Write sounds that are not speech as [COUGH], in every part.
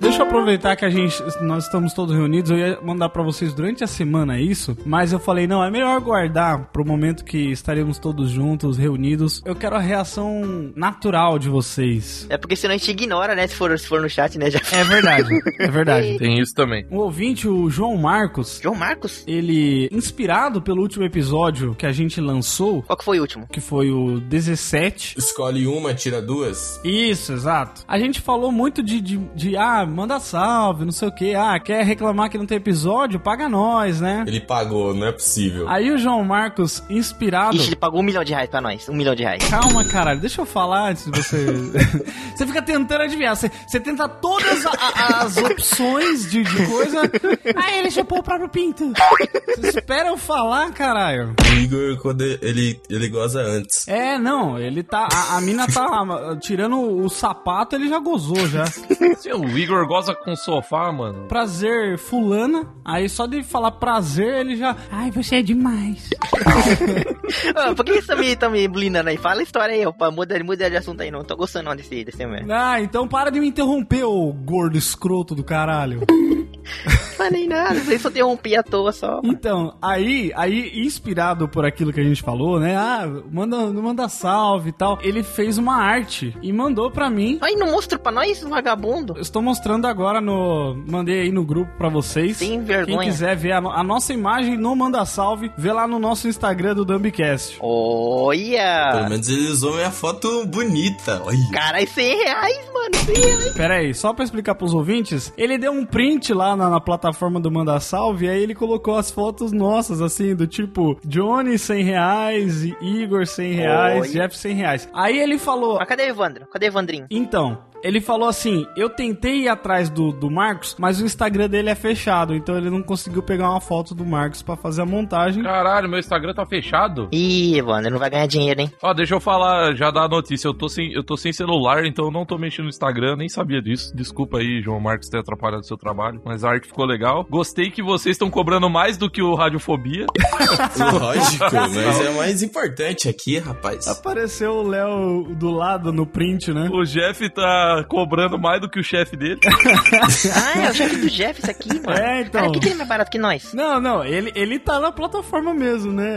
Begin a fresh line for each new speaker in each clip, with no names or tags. Deixa eu aproveitar que a gente, nós estamos todos reunidos. Eu ia mandar pra vocês durante a semana isso, mas eu falei não, é melhor guardar pro momento que estaremos todos juntos, reunidos. Eu quero a reação natural de vocês.
É porque senão a gente ignora, né? Se for, se for no chat, né? Já...
É verdade, é verdade.
Tem isso também.
Um ouvinte, o João Marcos,
João Marcos?
ele inspirado pelo último episódio que a gente lançou,
Qual que foi o último?
que foi o 17,
Escolhe uma, tira duas.
Isso, exato. A gente falou muito de, de, de, ah, manda salve, não sei o que, ah, quer reclamar que não tem episódio? Paga nós, né?
Ele pagou, não é possível.
Aí o João Marcos, inspirado.
Ixi, ele pagou um milhão de reais pra nós. Um milhão
[LAUGHS]
de reais.
Calma, caralho, deixa eu falar antes de você. você fica tentando adivinhar, você, você tenta todas a- a- as opções de, de coisa. Ah, ele chupou o próprio pinto. Você espera eu falar, caralho.
O Igor, quando ele, ele goza antes.
É, não, ele tá. A, a mina tá ah, tirando o sapato, ele já gozou já.
Seu Igor goza com sofá, mano.
prazer fulana, aí só de falar prazer ele já. Ai, você é demais.
Ah, por que vocês me, tão me blindando aí? Fala a história aí, opa. Muda, muda de assunto aí, não. Tô gostando não desse, desse mesmo.
Ah, então para de me interromper, ô gordo escroto do caralho.
Falei nada, vocês só interrompi à toa só.
Então, aí, aí, inspirado por aquilo que a gente falou, né? Ah, manda, manda salve e tal. Ele fez uma arte e mandou pra mim.
Aí não mostra pra nós, vagabundo.
Eu Estou mostrando agora no. Mandei aí no grupo pra vocês.
Sem
Quem
vergonha.
quiser ver a, no- a nossa imagem no Manda Salve, vê lá no nosso Instagram do Dumbcast.
Pelo
Olha!
menos ele usou minha foto bonita.
[LAUGHS]
Olha.
Caralho, 100 reais, mano, 100 reais.
Pera aí, só pra explicar pros ouvintes, ele deu um print lá na, na plataforma do Manda Salve, aí ele colocou as fotos nossas, assim, do tipo Johnny 100 reais, e Igor 100 reais,
Oi.
Jeff 100 reais. Aí ele falou,
Mas cadê o Evandro? Cadê o Evandrinho?
então... Ele falou assim: Eu tentei ir atrás do, do Marcos, mas o Instagram dele é fechado, então ele não conseguiu pegar uma foto do Marcos pra fazer a montagem.
Caralho, meu Instagram tá fechado.
Ih, Evandro, não vai ganhar dinheiro,
[LAUGHS]
hein?
Ó, deixa eu falar, já dá a notícia. Eu tô sem, eu tô sem celular, então eu não tô mexendo no Instagram, nem sabia disso. Desculpa aí, João Marcos, ter atrapalhado o seu trabalho, mas a arte ficou legal. Gostei que vocês estão cobrando mais do que o Radiofobia.
Lógico, mas é o mais importante aqui, rapaz.
Apareceu o Léo do lado no print, né?
O Jeff tá cobrando mais do que o chefe dele.
Ah, é o chefe do Jeff isso aqui, mano.
É, então.
Cara, por que que ele é mais barato que nós?
Não, não, ele, ele tá na plataforma mesmo, né?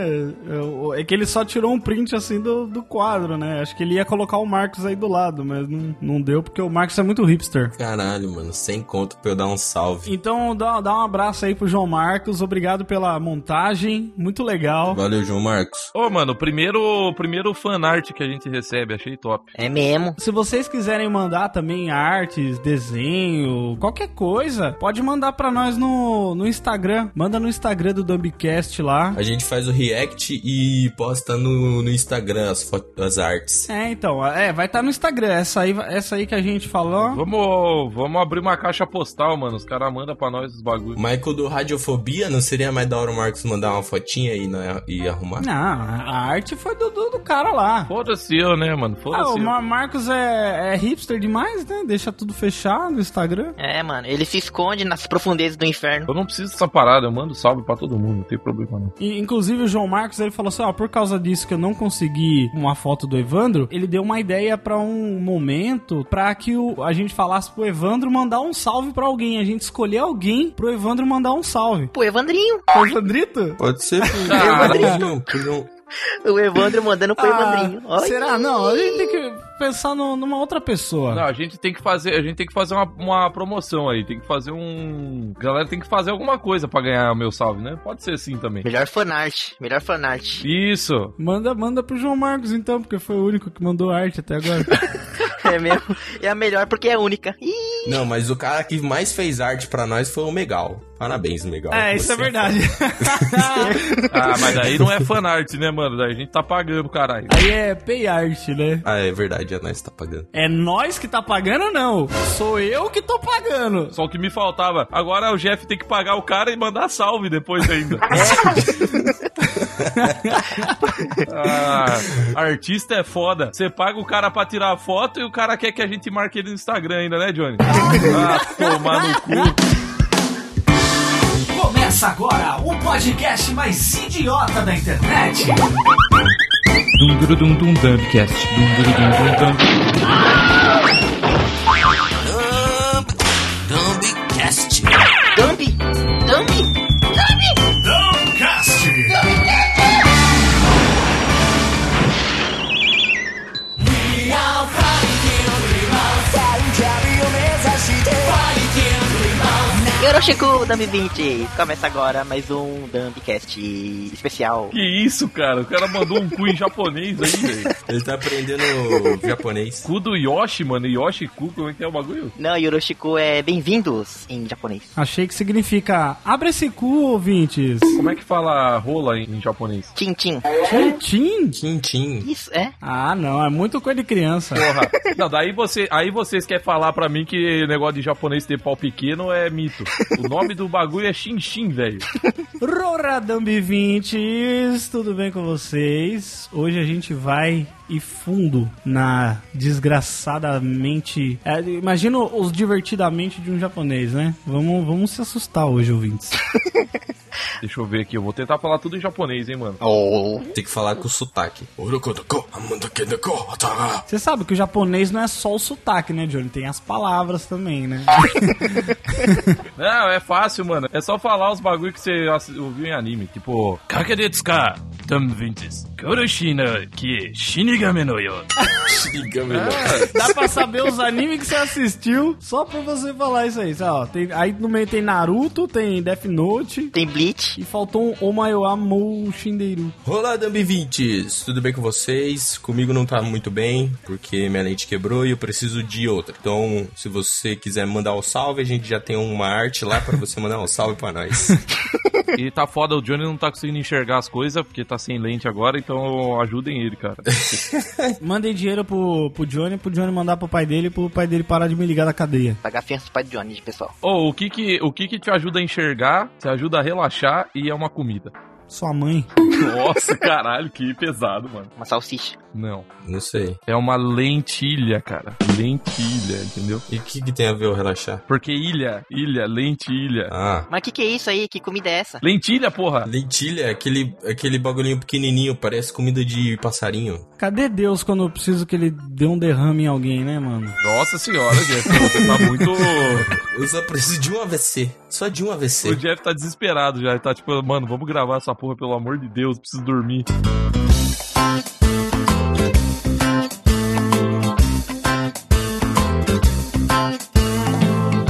É o- É que ele só tirou um print assim do, do quadro, né? Acho que ele ia colocar o Marcos aí do lado, mas não, não deu porque o Marcos é muito hipster.
Caralho, mano, sem conto pra eu dar um salve.
Então dá, dá um abraço aí pro João Marcos, obrigado pela montagem, muito legal.
Valeu, João Marcos.
Ô, mano, primeiro, primeiro fanart que a gente recebe, achei top.
É mesmo.
Se vocês quiserem mandar também artes, desenho, qualquer coisa, pode mandar pra nós no, no Instagram. Manda no Instagram do Dumbcast lá.
A gente faz o react e posta no, no Instagram as, fotos, as artes.
É, então, é, vai estar no Instagram. Essa aí, essa aí que a gente falou.
Vamos, vamos abrir uma caixa postal, mano. Os caras mandam pra nós os
O
bagulhos.
Michael do Radiofobia, não seria mais da hora o Marcos mandar uma fotinha e, né, e arrumar?
Não, a arte foi do, do, do cara lá.
Foda-se eu, né, mano?
Ah,
Foda-se.
o
eu.
Mar- Marcos é, é hipster demais, né? Deixa tudo fechado no Instagram.
É, mano, ele se esconde nas profundezas do inferno.
Eu não preciso dessa parada, eu mando salve pra todo mundo, não tem problema não.
E, inclusive, o João Marcos, ele falou assim, ó, por causa disso que eu não consegui uma foto do Evandro, ele deu uma ideia pra um momento pra que o- a gente falasse pro Evandro mandar um salve pra alguém. A gente escolher alguém pro Evandro mandar um salve.
Pô, Evandrinho!
Foi Evandrito?
Pode ser.
Caralho.
Não,
O Evandro mandando pro Tá Evandrinho.
Ah,
Olha.
será? Não, a gente tem que pensar no- numa outra pessoa.
Não, a gente tem que fazer, a gente tem que fazer uma, uma promoção aí, tem que fazer um, galera tem que fazer alguma coisa pra ganhar o meu salve, né? Pode ser assim também.
Melhor fanart, melhor
[LAUGHS]
fanart.
Isso.
Manda, manda pro João Marcos então, porque foi o único que mandou arte até agora.
É mesmo. É a melhor porque é única. Ih,
não, mas o cara que mais fez arte pra nós foi o Megal. Parabéns, Megal.
É,
Você
Ah, mas aí não é fanart, né, mano? Daí a gente tá pagando, caralho.
[LAUGHS] Aí é pay art, né?
Ah, é verdade, a nós tá pagando.
É nós que tá pagando ou não? Sou eu que tô pagando.
Só o que me faltava. Agora o Jeff tem que pagar o cara e mandar salve depois ainda. [LAUGHS] ah, artista é foda. Você paga o cara pra tirar a foto e o cara quer que a gente marque ele no Instagram ainda, né, Johnny? Ah, tomar no cu.
Começa agora o podcast mais idiota da internet.
Dumb,
Yoroshiku Dumb 20! Começa agora mais um Dumbcast especial.
Que isso, cara? O cara mandou um cu em japonês aí, velho.
Ele tá aprendendo [LAUGHS] japonês.
Cu do Yoshi, mano. Yoshi cu, como é que é o bagulho?
Não, Yoroshiku é bem-vindos em japonês.
Achei que significa abre esse cu, ouvintes.
Como é que fala rola em, em japonês?
Tchim, tchim.
Tchim-tchim?
Tintim.
Isso, é?
Ah, não, é muito coisa de criança.
Porra. Não, daí, você, aí vocês querem falar pra mim que negócio de japonês ter pau pequeno é mito. O nome do bagulho é Shin Shin, velho.
Roradambi 20, tudo bem com vocês? Hoje a gente vai e fundo na desgraçadamente. É, imagino os divertidamente de um japonês, né? Vamos, vamos se assustar hoje, ouvintes.
Deixa eu ver aqui. Eu vou tentar falar tudo em japonês, hein, mano.
Oh.
Tem que falar com sotaque. Urukodoko, amandokedoko, otara.
Você sabe que o japonês não é só o sotaque, né, Johnny? Tem as palavras também, né?
Não, é fácil, mano. É só falar os bagulho que você ass- ouviu em anime. Tipo... Kakadetsuka, tam vintes. Koroshina, ki shinigame no yo.
Xinga melhor.
Dá pra saber os animes que você assistiu só pra você falar isso aí. Sabe? Ó, tem- aí no meio tem Naruto, tem Death Note
Tem Bleach.
e faltou um Omayoamu Shinderu.
Olá, Dambi 20 Tudo bem com vocês? Comigo não tá muito bem, porque minha lente quebrou e eu preciso de outra. Então, se você quiser mandar um salve, a gente já tem uma arte lá pra você mandar um salve pra nós.
E tá foda, o Johnny não tá conseguindo enxergar as coisas, porque tá sem lente agora, então ajudem ele, cara.
Mandei dinheiro pro, pro Johnny, pro Johnny mandar pro pai dele, pro pai dele parar de me ligar da cadeia.
Pagar fiança pra Johnny, pessoal.
Ô, o que que, o que que te ajuda a enxergar, te ajuda a relaxar e é uma comida.
Sua mãe.
Nossa, [LAUGHS] caralho, que pesado, mano.
Uma salsicha.
Não,
não sei.
é uma lentilha, cara. Lentilha, entendeu?
E o que, que tem a ver o relaxar?
Porque ilha, ilha, lentilha.
Ah.
Mas que que é isso aí? Que comida é essa?
Lentilha, porra!
Lentilha, é aquele, aquele bagulhinho pequenininho, parece comida de passarinho.
Cadê Deus quando eu preciso que ele dê um derrame em alguém, né, mano?
Nossa senhora, Jeff, você tá muito.
[LAUGHS] Eu só preciso de um AVC. Só de um
O
AVC.
Jeff tá desesperado já. Ele tá tipo, mano, vamos gravar essa porra, pelo amor de Deus, preciso dormir.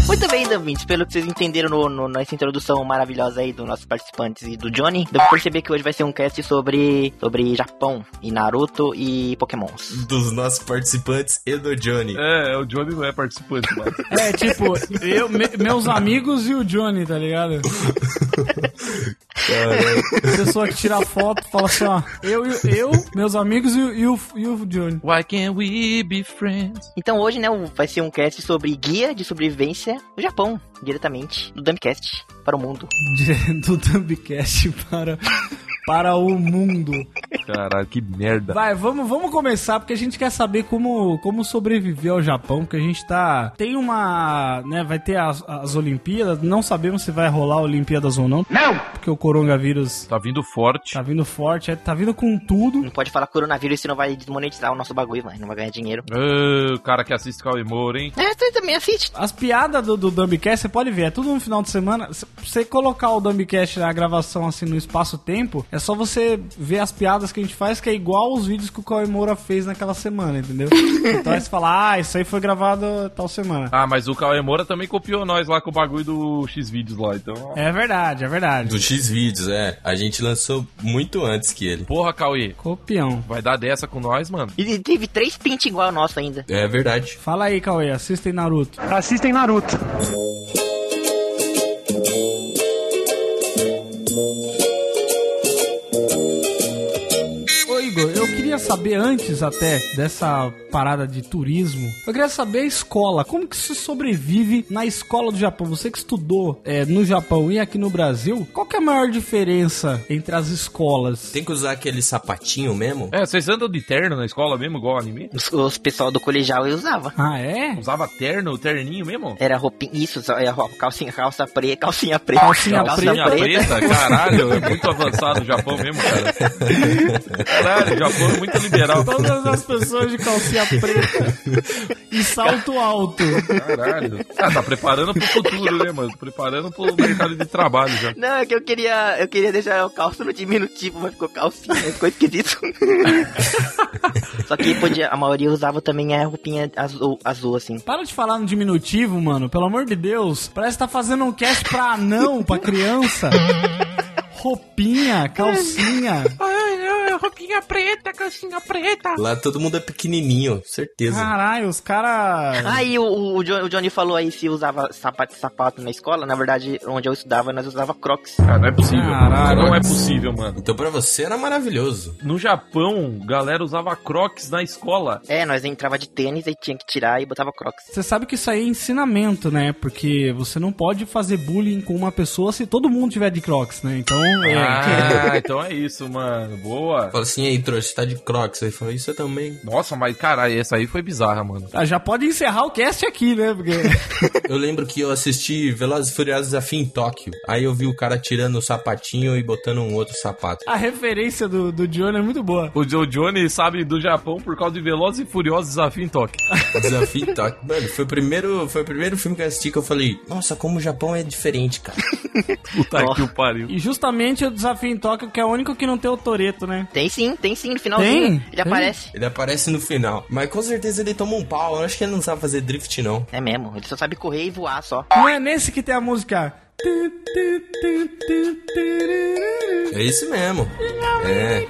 Muito bem, Davintes, pelo que vocês entenderam no, no- nessa introdução maravilhosa aí dos nossos participantes e do Johnny, deu pra perceber que hoje vai ser um cast sobre, sobre Japão e Naruto e Pokémons.
Dos nossos participantes e do Johnny.
É, o Johnny não é participante, mano.
É, tipo, eu, me- meus amigos e o Johnny, tá ligado?
Caramba.
Pessoa que tira foto, fala assim, ó, eu, e o- eu meus amigos e, o- e, o, e o Johnny.
Why can't we be friends?
Então hoje, né, o- vai ser um cast sobre guia de sobrevivência no Japão, diretamente do Dumbcast para o mundo.
De- Do Dumbcast para, para o mundo.
Caralho, que merda.
Vai, vamos, vamos começar, porque a gente quer saber como, como sobreviver ao Japão, porque a gente tá. Tem uma. né, vai ter as, as Olimpíadas, não sabemos se vai rolar Olimpíadas ou não. Não! Porque o coronavírus
Tá vindo forte.
tá vindo forte, é, tá vindo com tudo.
Não pode falar coronavírus, senão vai desmonetizar o nosso bagulho, mano. Não vai ganhar dinheiro.
Ô, O cara que assiste Calimoro, hein?
É, tu também assiste.
As piadas do, do Dumbcast, você pode ver, é tudo no final de semana. Se você colocar o Dumbcast na gravação assim no espaço-tempo, é só você ver as piadas que a gente faz, que é igual os vídeos que o Cauê Moura fez naquela semana, entendeu? Então aí você fala, ah, isso aí foi gravado tal semana.
Ah, mas o Cauê Moura também copiou nós lá com o bagulho do X-Vídeos lá, então...
É verdade, é verdade.
Do X-Vídeos, é. A gente lançou muito antes que ele.
Porra, Cauê,
Copião.
vai dar dessa com nós, mano?
E- E teve três prints igual ao nosso ainda.
É verdade.
Fala aí, Cauê, assistem Naruto.
Assistem Naruto.
Ô Igor, eu queria saber antes até dessa parada de turismo, eu queria saber a escola. Como que se sobrevive na escola do Japão? Você que estudou é, no Japão e aqui no Brasil, qual que é a maior diferença entre as escolas?
Tem que usar aquele sapatinho mesmo?
É, vocês andam de terno na escola mesmo, igual anime?
Os, os pessoal do colegial eu usava.
Ah, é?
Usava terno, terninho mesmo?
Era roupinha, isso, só- é ro- calcinha, calça preta, calcinha preta.
Calcinha
Calcinha preta, caralho, é muito avançado o Japão mesmo, cara. Caralho, o Japão é muito Marta Liberal.
Todas as pessoas de calcinha preta [LAUGHS] e salto alto.
Caralho. Ah, tá preparando pro futuro, né, mano? Preparando pro mercado de trabalho já.
Não, é que eu queria, eu queria deixar o calço no diminutivo, mas ficou calcinha, ficou esquisito. [LAUGHS] Só que podia, a maioria usava também a roupinha azul, azul assim.
Para de falar no diminutivo, mano. Pelo amor de Deus. Parece que tá fazendo um cast pra anão, pra criança. Roupinha, calcinha.
roupinha preta, calcinha preta.
Lá todo mundo é pequenininho, certeza.
Ah.
Caralho, os caras.
Aí Ah, o, o, Jo- o Johnny falou aí se usava sapato sapato na escola. Na verdade, onde eu estudava, nós usava crocs.
Ah, não é possível.
Caralho.
Não é possível, mano.
Então pra você era maravilhoso.
No Japão, galera usava crocs na escola.
É, nós entrava de tênis e tinha que tirar e botava crocs.
Você sabe que isso aí é ensinamento, né? Porque você não pode fazer bullying com uma pessoa se todo mundo tiver de crocs, né? Então, é.
Ah, então é isso, mano. Boa.
Fala assim, aí, trouxa, tá de crocs. Aí fala, isso eu também.
Nossa, mas caralho, essa aí foi bizarra, mano.
Ah, já pode encerrar o cast aqui, né? Porque... [LAUGHS]
Eu lembro que eu assisti Velozes e Furiosos Desafio em Tóquio. Aí eu vi o cara tirando o sapatinho e botando um outro sapato.
A referência do, do Johnny é muito boa.
O Joe Johnny sabe do Japão por causa de Velozes e Furiosos Desafio em Tóquio.
Desafio em Tóquio. Mano, foi o, primeiro, foi o primeiro filme que eu assisti que eu falei, nossa, como o Japão é diferente, cara.
Puta
Ó.
que o pariu.
E justamente o desafio em Tóquio, que é o único que não tem o Toreto, né?
Tem sim, tem sim, no finalzinho.
Tem?
Ele
Tem?
aparece.
Ele aparece no final. Mas com certeza ele toma um pau. Eu acho que ele não sabe fazer drift, não.
É mesmo, ele só sabe correr e voar só.
Não é nesse que tem a música.
É isso mesmo. É.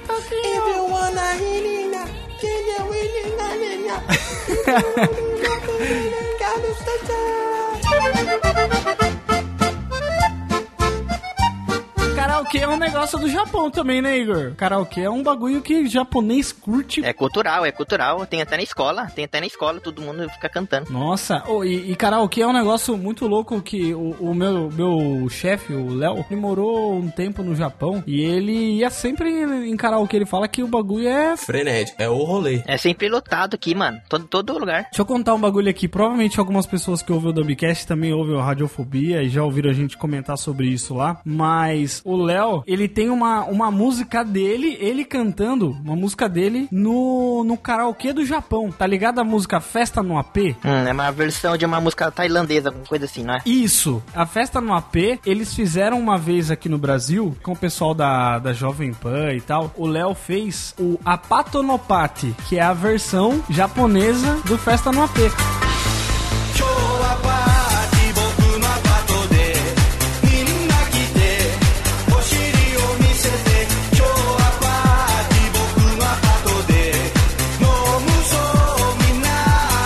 Karaokê é um negócio do Japão também, né, Igor? Karaokê é um bagulho que japonês curte.
É cultural, é cultural. Tem até na escola, tem até na escola, todo mundo fica cantando.
Nossa, ô, e, e karaokê é um negócio muito louco que o, o meu, meu chefe, o Léo, ele morou um tempo no Japão e ele ia sempre em karaokê. Ele fala que o bagulho é.
Frenético. É o rolê.
É sempre lotado aqui, mano. Todo, todo lugar.
Deixa eu contar um bagulho aqui. Provavelmente algumas pessoas que ouvem o Dumbcast também ouvem o Radiofobia e já ouviram a gente comentar sobre isso lá. Mas o Léo, ele tem uma, uma música dele, ele cantando uma música dele no, no karaokê do Japão. Tá ligado a música Festa no AP?
Hum, é uma versão de uma música tailandesa, alguma coisa assim, não é?
Isso, a festa no AP, eles fizeram uma vez aqui no Brasil, com o pessoal da, da Jovem Pan e tal. O Léo fez o Apatonopati, que é a versão japonesa do Festa no AP.
今日はパーティー僕のアパートでみんな来てお尻を見せて今日はパーティー僕のアパートで飲むぞみんな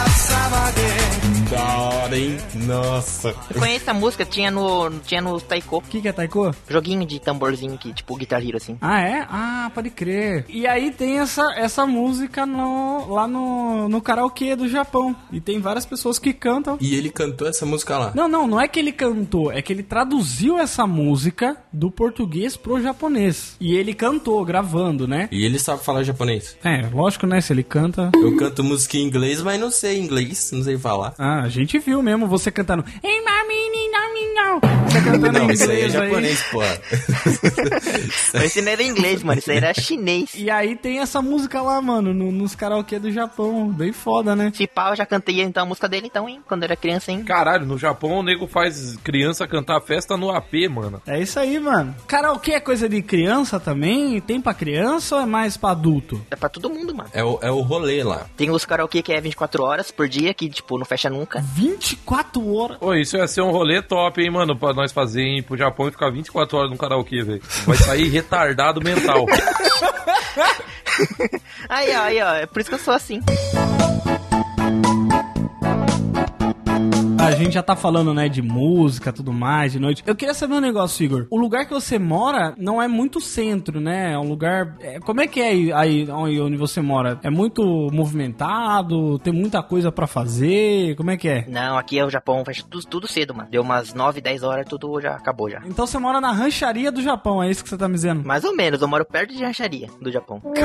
朝まで
Da hora, hein? Nossa.
Eu conheço essa música, tinha no, tinha no Taiko.
O que, que é Taiko?
Joguinho de tamborzinho que, tipo, Guitar Hero, [LAUGHS] assim.
Ah, é? Ah, pode crer. E aí tem essa, essa música no, lá no, no karaokê do Japão. E tem várias pessoas que cantam.
E ele cantou essa música lá.
Não, não, não é que ele cantou, é que ele traduziu essa música do português pro japonês. E ele cantou, gravando, né?
E ele sabe falar japonês.
É, lógico, né? Se ele canta.
Eu canto música em inglês, mas não sei inglês. Não sei falar.
Ah, a gente viu mesmo você cantando. Ei, mami, ni, na, mi, não. Você cantando
Não,
em
isso aí é
inglês aí.
japonês, pô.
Mas isso não era inglês, mano. Isso aí era [LAUGHS] chinês.
E aí tem essa música lá, mano, no- nos karaokê do Japão. Bem foda, né?
Se pá, eu já cantei então a música dele, então, hein? Quando eu era criança, hein?
Caralho, no Japão o nego faz criança cantar festa no AP, mano.
É isso aí, mano. Karaokê é coisa de criança também? Tem pra criança ou é mais pra adulto?
É pra todo mundo, mano.
É o, é o rolê lá.
Tem os karaokê que é 24 horas por dia, que, tipo, não fecha nunca.
24 horas.
Ô, isso ia ser um rolê top, hein, mano, pra nós fazer, hein, pro Japão e ficar 24 horas no karaokê, velho. Vai sair retardado mental.
Aí, ó, aí, ó. É por isso que eu sou assim.
A gente já tá falando, né, de música, tudo mais, de noite. Eu queria saber um negócio, Igor. O lugar que você mora não é muito centro, né? É um lugar. é, como é que é aí, aí onde você mora? É muito movimentado? Tem muita coisa pra fazer? Como é que é?
Não, aqui é o Japão, fecha tudo, tudo cedo, mano. Deu umas 9, 10 horas, tudo já acabou já.
Então você mora na rancharia do Japão, é isso que você tá me dizendo?
Mais ou menos, eu moro perto de rancharia do Japão.
É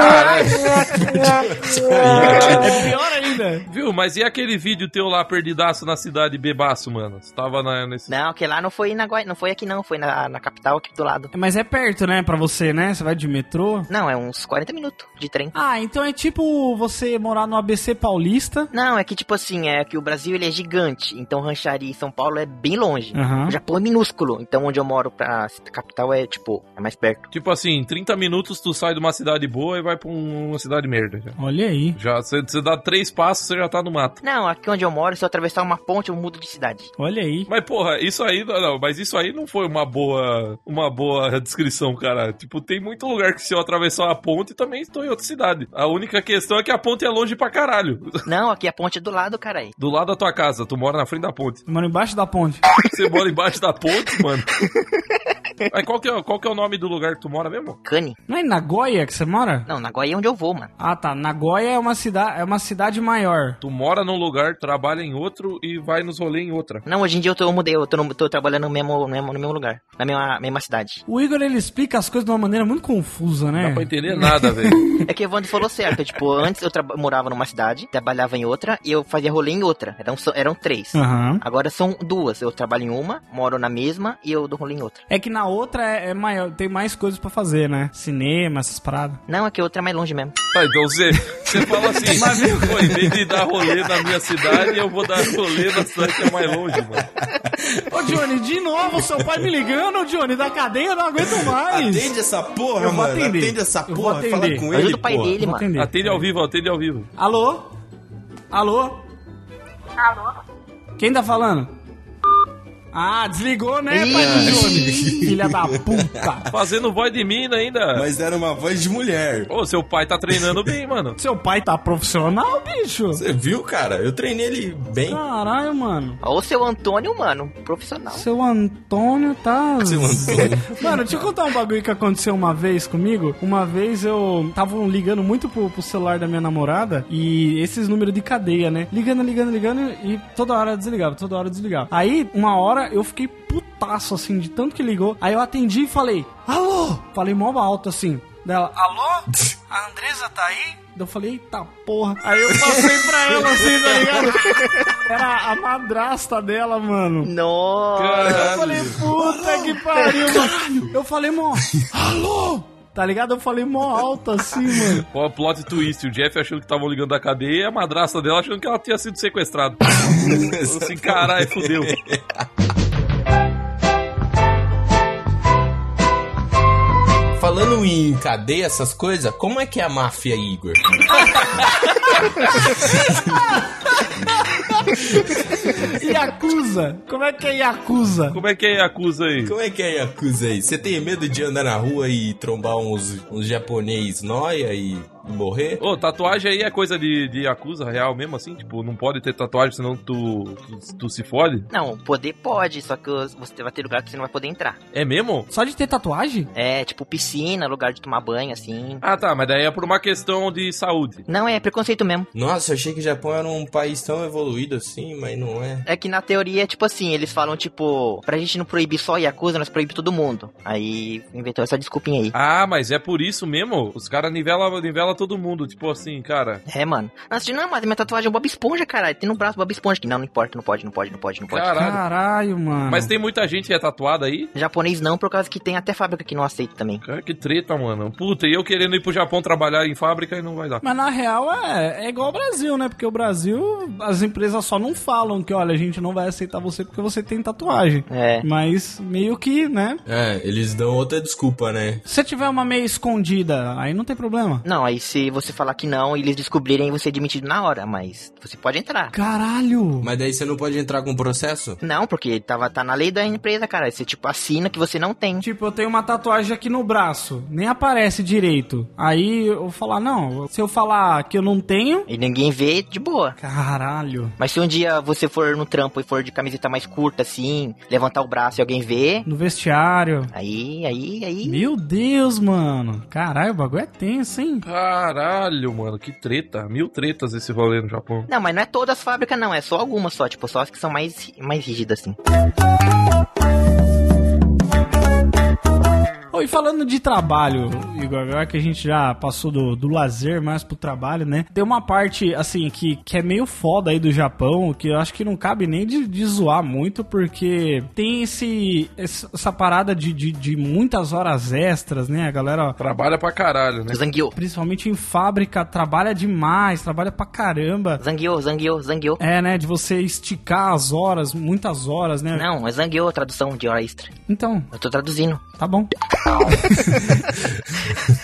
pior ainda. né?
Viu? Mas e aquele vídeo teu lá, perdidaço na cidade, bebaço, mano? Você tava na, nesse...
Não, que lá não foi na Goi- não foi aqui não, foi na, na capital aqui do lado.
Mas é perto, né, pra você, né? Você vai de metrô.
Não, é uns 40 minutos de trem.
Ah, então é tipo você morar no ABC Paulista.
Não, é que tipo assim, é que o Brasil ele é gigante, então Rancharia e São Paulo é bem longe.
Aham.
O Japão é minúsculo, então onde eu moro pra capital é tipo, é mais perto.
Tipo assim, em 30 minutos tu sai de uma cidade boa e vai pra um- uma cidade merda. já.
Olha aí.
Já, você você dá três passos, você já tá no mato.
Não, aqui onde eu moro, se eu atravessar uma ponte, eu mudo de cidade.
Olha aí.
Mas porra, isso aí não, não, mas isso aí não foi uma boa, uma boa descrição, cara. Tipo, tem muito lugar que se eu atravessar a ponte também estou em outra cidade. A única questão é que a ponte é longe pra caralho. [LAUGHS]
Não, aqui a ponte é do lado, caralho.
Do lado da tua casa, tu mora na frente da ponte.
Mano, embaixo da ponte.
Você mora embaixo da ponte, mano. Mas qual que, é, qual que é o nome do lugar que tu mora mesmo?
Cane.
Não é em Nagoya que você mora?
Não, Nagoya é onde eu vou, mano.
Ah, tá. Nagoya é uma, cida é uma cidade maior.
Tu mora num lugar, trabalha em outro e vai nos rolê em outra.
Não, hoje em dia eu, tô, eu mudei, eu tô, no- tô trabalhando no mesmo, no mesmo, no mesmo lugar, na mesma, mesma cidade.
O Igor, ele explica as coisas de uma maneira muito confusa,
Não
né?
dá pra entender nada, velho.
É que o Evandro falou certo, [LAUGHS] tipo, antes eu traba- morava numa cidade, trabalhava em outra e eu fazia rolê em outra. Eram, só- eram três.
Aham.
Agora são duas, eu trabalho em uma, moro na mesma e eu dou rolê em outra.
É que na outra é, é maior, tem mais coisas pra fazer, né? Cinema, essas paradas.
Não, aqui a outra é mais longe mesmo.
Tá, então você, você fala assim, mas pô, em vez de dar rolê na minha cidade, eu vou dar rolê na cidade que é mais longe, mano.
Ô, Johnny, de novo, seu pai me ligando, ô, Johnny, da cadeia eu não aguento mais.
Atende essa porra,
Eu vou
mano.
atender.
Atende essa
Eu vou
porra. Fala
atender.
com ele.
Ajuda o pai
porra.
dele,
Vou
mano.
atender.
[LAUGHS] Atende ao vivo, atende ao vivo.
Alô? Alô?
Alô?
Quem tá falando? Ah, desligou, né, pai do
Ih.
Johnny? Filha da puta.
Fazendo voz de mina ainda.
Mas era uma voz de mulher.
Ô, seu pai tá treinando bem, mano.
Seu pai tá profissional, bicho?
Você viu, cara? Eu treinei ele bem.
Caralho, mano.
Ó, o seu Antônio, mano, profissional.
Seu Antônio tá.
[LAUGHS] Seu Antônio.
[LAUGHS] Mano, deixa eu contar um bagulho que aconteceu uma vez comigo. Uma vez eu tava ligando muito pro, pro celular da minha namorada e esses números de cadeia, né? Ligando, ligando, ligando e toda hora eu desligava, toda hora eu desligava. Aí, uma hora eu fiquei putaço assim, de tanto que ligou. Aí eu atendi e falei, alô! Falei mó alto assim. Dela, alô? A Andresa tá aí? Daí Eu falei, eita porra. Aí eu passei pra ela assim, tá ligado?
[LAUGHS]
Era a madrasta dela, mano.
Nossa.
Eu falei, puta que pariu, mano. Eu falei, mó. Alô? Tá ligado? Eu falei mó alto assim, mano.
Ó, plot twist. O Jeff achando que estavam ligando da cadeia e a madrasta dela achando que ela tinha sido sequestrada. Falou assim, caralho, fudeu.
Falando em cadeia, essas coisas, como é que é a máfia, Igor?
Yakuza. Como é que é Yakuza?
Como é que é acusa aí?
Como é que é a Yakuza aí? Você tem medo de andar na rua e trombar uns, uns japonês nóia e morrer?
Ô, tatuagem aí é coisa de, de acusa real mesmo, assim? Tipo, não pode ter tatuagem, senão tu, tu, tu se fode?
Não, poder pode, só que os- você vai ter lugar que você não vai poder entrar.
É mesmo?
Só de ter tatuagem?
É, tipo piscina, lugar de tomar banho, assim.
Ah, tá, mas daí é por uma questão de saúde.
Não, é preconceito mesmo.
Nossa, eu achei que o Japão era um país tão evoluído assim, mas não é.
É que na teoria é tipo assim, eles falam tipo, pra gente não proibir só Yakuza, nós proíbe todo mundo. Aí inventou essa desculpinha aí.
Ah, mas é por isso mesmo? Os caras nivelam nivela todo mundo, tipo assim, cara.
É, mano. Nossa, não, mas minha tatuagem é o Bob Esponja, caralho. Tem no braço o Bob Esponja. Que não, não importa, não pode, não pode, não pode, não pode.
Caralho.
Caralho, mano.
Mas tem muita gente que é tatuada aí?
Japonês não, por causa que tem até fábrica que não aceita também.
Cara, que treta, mano. Puta, e eu querendo ir pro Japão trabalhar em fábrica e não vai dar.
Mas na real é, é igual o Brasil, né? Porque o Brasil, as empresas só não falam que, olha, a gente não vai aceitar você porque você tem tatuagem.
É.
Mas meio que, né?
É, eles dão outra desculpa, né?
Se tiver uma meia escondida, aí não tem problema.
Não, aí se você falar que não, eles descobrirem você é demitido na hora, mas você pode entrar.
Caralho!
Mas daí você não pode entrar com processo? [LAUGHS]
Não, porque tava, tá na lei da empresa, cara. Você, tipo, assina que você não tem.
Tipo, eu tenho uma tatuagem aqui no braço, nem aparece direito. Aí eu vou falar, não, se eu falar que eu não tenho.
E ninguém vê, de boa.
Caralho.
Mas se um dia você for no trampo e for de camiseta mais curta, assim, levantar o braço e alguém vê,
No vestiário.
aí, aí, aí.
Meu Deus, mano. Caralho, o bagulho é tenso, hein?
Caralho, mano, que treta. Mil tretas esse rolê no Japão.
Não, mas não é todas as fábricas, não. É só algumas só. Tipo, só as que são mais, mais rígidas, assim.
Ô, Ô, e falando de trabalho, Igor, agora que a gente já passou do, do lazer mais pro trabalho, né? Tem uma parte, assim, que, que é meio foda aí do Japão, que eu acho que não cabe nem de, de zoar muito, porque tem esse, esse- essa parada de, de, de muitas horas extras, né? A galera
Trabalha pra caralho, né?
Zangueu.
principalmente em fábrica, trabalha demais, trabalha pra caramba.
Zangueu, zangueu, zangueu.
É, né? De você esticar as horas, muitas horas, né?
Não, é zangueu a tradução de hora extra.
Então,
Eu tô traduzindo.
tá bom.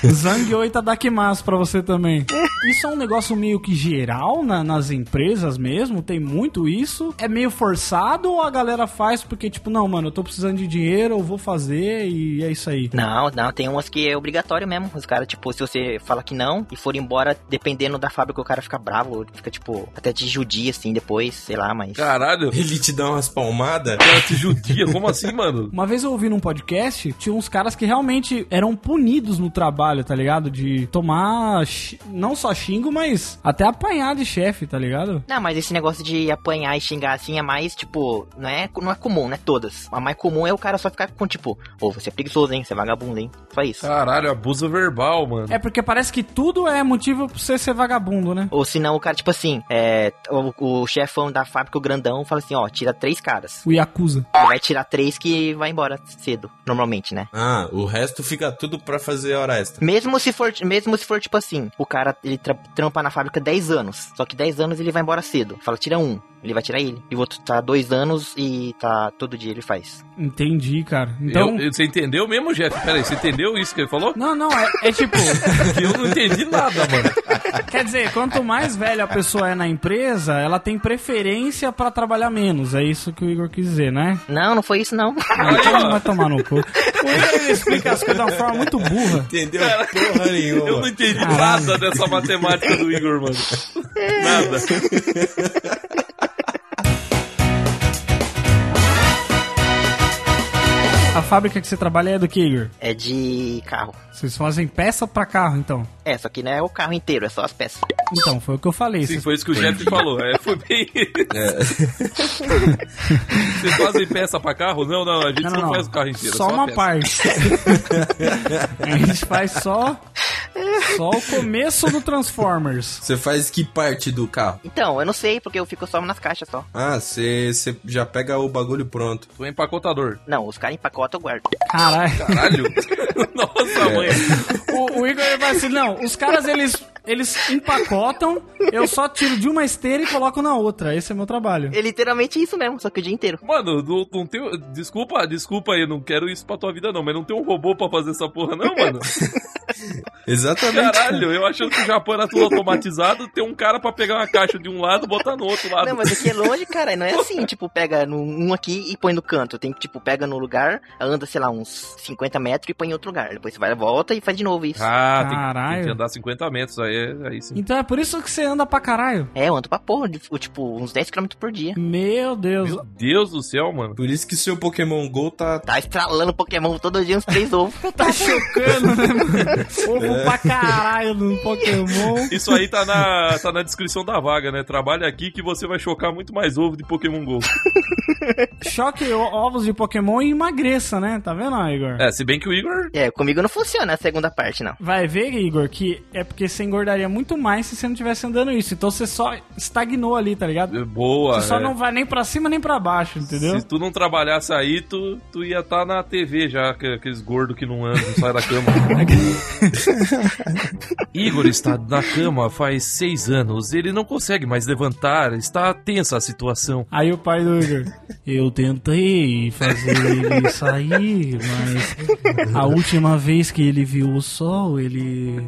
Zangueu e Tadakimasu tá pra você também. Isso é um negócio meio que geral na- nas empresas mesmo, tem muito isso. É meio forçado ou a galera faz porque, tipo, não, mano, eu tô precisando de dinheiro, eu vou fazer e é isso aí.
Não, não, tem umas que é obrigatório mesmo. Os caras, tipo, se você fala que não e for embora, dependendo da fábrica, o cara fica bravo, fica, tipo, até te judia, assim, depois, sei lá, mas...
Caralho,
Ele te dá umas palmadas.
cara te judia, como assim, mano?
Uma vez eu ouvi num podcast, tinha uns caras que realmente eram punidos no trabalho, tá ligado? De tomar xi- não só xingo, mas até apanhar de chefe, tá ligado?
Não, mas esse negócio de apanhar e xingar assim é mais, tipo, não é, não é comum, né? Todas. A mais comum é o cara só ficar com, tipo, ô, você é preguiçoso, hein? Você é vagabundo, hein? Só isso.
Caralho, abuso verbal, mano.
É porque parece que tudo é motivo pra você ser vagabundo, né?
Ou senão o cara, tipo assim, é, o, o chefão da fábrica, o grandão, fala assim, ó, tira três caras.
O Yakuza.
Ele vai tirar três que vai embora cedo, normalmente, né?
Ah, o resto fica tudo pra fazer hora extra.
Mesmo se for, mesmo se for tipo assim, o cara ele tra- trampa na fábrica 10 anos, só que 10 anos ele vai embora cedo. Fala, tira um, ele vai tirar ele. E o outro tá dois anos e tá todo dia ele faz.
Entendi, cara. Então.
Eu- eu- você entendeu mesmo, Jeff? Pera aí, você entendeu isso que ele falou?
Não, não, é, é tipo. [LAUGHS]
Porque eu não entendi nada, mano.
quer dizer, quanto mais velha a pessoa é na empresa, ela tem preferência pra trabalhar menos. É isso que o Igor quis dizer, né?
Não, não foi isso não. [LAUGHS]
Ah, então vai tomar no cu. O Igor ele explica as coisas de uma forma muito burra.
Entendeu? Porra
Eu não
nenhuma.
entendi nada dessa matemática do Igor, mano. Nada.
A fábrica que você trabalha é do que, Igor?
É de carro.
Vocês fazem peça pra carro, então.
É, só que não é o carro inteiro, é só as peças.
Então, foi o que eu falei.
Sim,
Vocês-
foi isso que o Jeff falou. É, foi bem. Vocês fazem peça pra carro? Não, não, a gente
Não,
não,
não, não.
faz o carro inteiro. é
Só
a
uma
peça.
parte. [LAUGHS] a gente faz só. Só o começo do Transformers.
Você faz que parte do carro?
Então, eu não sei, porque eu fico só nas caixas só.
Ah, você você já pega o bagulho pronto.
Tu é empacotador.
Não, os caras empacotam, eu guardo.
Caralho.
Caralho. [LAUGHS] Nossa, mãe.
O, o Igor ele vai assim: não, os caras eles, eles empacotam, eu só tiro de uma esteira e coloco na outra. Esse é meu trabalho.
É literalmente isso mesmo, só que o dia inteiro.
Mano, não, não tem. Desculpa, desculpa aí, não quero isso pra tua vida, não, mas não tem um robô pra fazer essa porra,
[LAUGHS]
não, mano.
Exatamente.
Caralho, eu achando que o Japão era tudo automatizado, tem um cara pra pegar uma caixa de um lado e botar no outro lado.
Não, mas aqui é longe, cara. Não é assim, tipo, pega no, um aqui e põe no canto. Tem que, tipo, pega no lugar, anda, sei lá, uns 50 metros e põe em outro lugar. Depois você vai, volta e faz de novo isso.
Ah, tem que-
Caralho.
tem que andar 50 metros, aí, aí sim.
Então é por isso que você anda pra caralho.
É, eu ando pra porra, de- tipo, uns 10km por dia.
Meu Deus.
Meu Deus do céu, mano.
Por isso que seu Pokémon GO tá.
Tá estralando Pokémon todo dia uns três ovos.
Tá chocando, né, mano? Ovo pra caralho no Pokémon.
Isso aí tá na, tá na descrição da vaga, né? Trabalha aqui que você vai chocar muito mais ovo de Pokémon GO.
Choque o- ovos de Pokémon e emagreça, né? Tá vendo, Igor?
É, se bem que o Igor.
É, comigo não funciona a segunda parte, não.
Vai ver, Igor, que é porque você engordaria muito mais se você não tivesse andando isso. Então você só estagnou ali, tá ligado?
é Boa.
Você só
é.
não vai nem pra cima nem pra baixo, entendeu?
Se tu não trabalhasse aí, tu, tu ia estar na TV já, que- aqueles gordos que não andam, não saem da cama. [LAUGHS] Igor está na cama faz seis anos. Ele não consegue mais levantar. Está tensa a situação.
[LAUGHS] Aí o pai do Igor. Eu tentei fazer
[LAUGHS]
ele sair, mas a última vez que ele viu o sol, ele.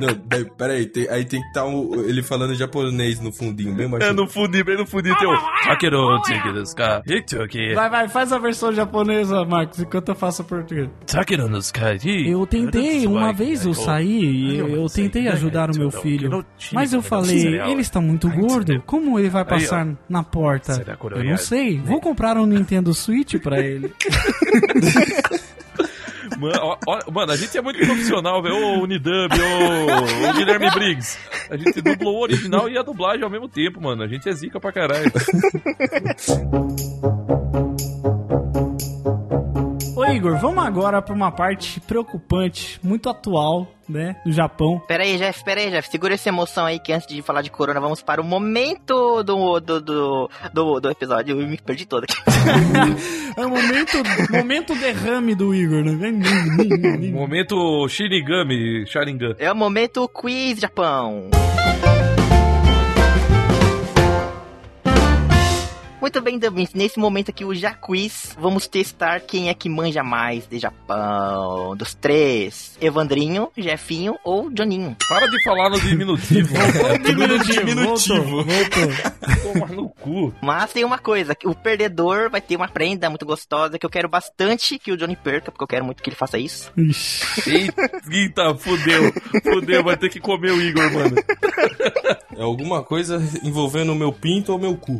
Não, daí, peraí, tem- aí tem que estar ele falando japonês no fundinho, bem
É,
baixinho.
no fundi, bem no fundi teu. Takeru, tsukirusuka, hitoki,
Vai, vai, faz a versão japonesa, Marcos, enquanto eu faço o português.
takeru no sky, hi.
Eu tentei, uma vez
né?
eu saí, e eu tentei
é
Então, ajudar o meu filho. Mas eu falei, ele está muito gordo, como ele vai passar na porta? Eu não sei, vou comprar um Nintendo Switch pra [LAUGHS] ele.
[LAUGHS] Mano, ó- ó- mano, a gente é muito profissional, velho. Ô, Unidub, ô, ô Guilherme Briggs. A gente dublou o original e a dublagem ao mesmo tempo, mano. A gente é zica pra caralho.
Ô Igor, Igor, vamos agora pra uma parte preocupante, muito atual, né? Do Japão.
Pera aí, Jeff, pera aí, Jeff. Segura essa emoção aí que antes de falar de corona, vamos para o momento do, do, do, do, do episódio. Eu me perdi todo aqui.
É o [LAUGHS] momento, momento derrame do Igor, né?
Momento Shinigami, Sharingan.
É o momento quiz, Japão. Muito bem, Dubins. Nesse momento aqui, o Jaquiz, vamos testar quem é que manja mais de Japão. Dos três: Evandrinho, Jefinho ou Joninho.
Para de falar
[LAUGHS]
no diminutivo.
Diminutivo, voltou, voltou.
Tomar no cu.
Mas tem uma coisa: que o perdedor vai ter uma prenda muito gostosa que eu quero bastante que o Johnny perca, porque eu quero muito que ele faça isso.
Ixi.
Eita, fudeu. Fudeu, vai ter que comer o Igor, mano.
É alguma coisa envolvendo o meu pinto ou meu cu.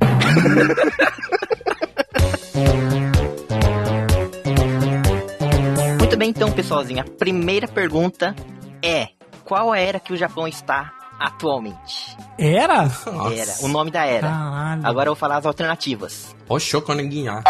Muito bem, então, pessoalzinho. A primeira pergunta é: Qual a era que o Japão está atualmente?
Era?
Era. O nome da era.
Caralho.
Agora eu vou falar as alternativas.
Ó, choco ninguém. ah.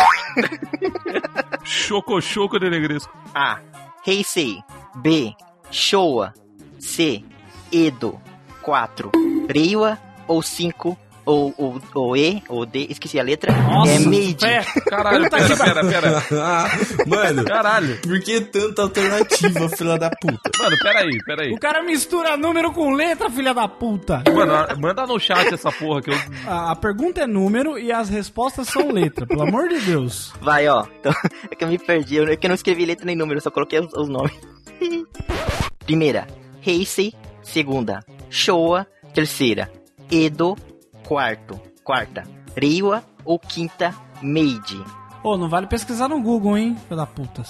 Choco, choco de negresco.
A. Heisei. B. Showa. C. Edo. 4. Reiwa. Ou 5. Ou, ou, ou E. Ou D. Esqueci a letra. é Meiji.
pé.
Caralho,
Puta
pera,
que
pera, pera.
Ah, [LAUGHS] Mano,
Caralho.
por que tanta alternativa, filha da puta?
Mano, pera aí, pera aí.
O cara mistura número com letra, filha da puta.
Mano, a- manda no chat essa porra que eu...
A, a pergunta é número e as respostas são letra, pelo amor de Deus.
Vai, ó. Então, [LAUGHS] é que eu me perdi. Eu, é que eu não escrevi letra nem número, eu só coloquei os, os nomes. [LAUGHS] Primeira, Heisei. Segunda, Showa. Terceira, Edo. Quarto, quarta, Reiwa. Ou quinta, Meiji.
Ô, não vale pesquisar no Google, hein, filha da puta.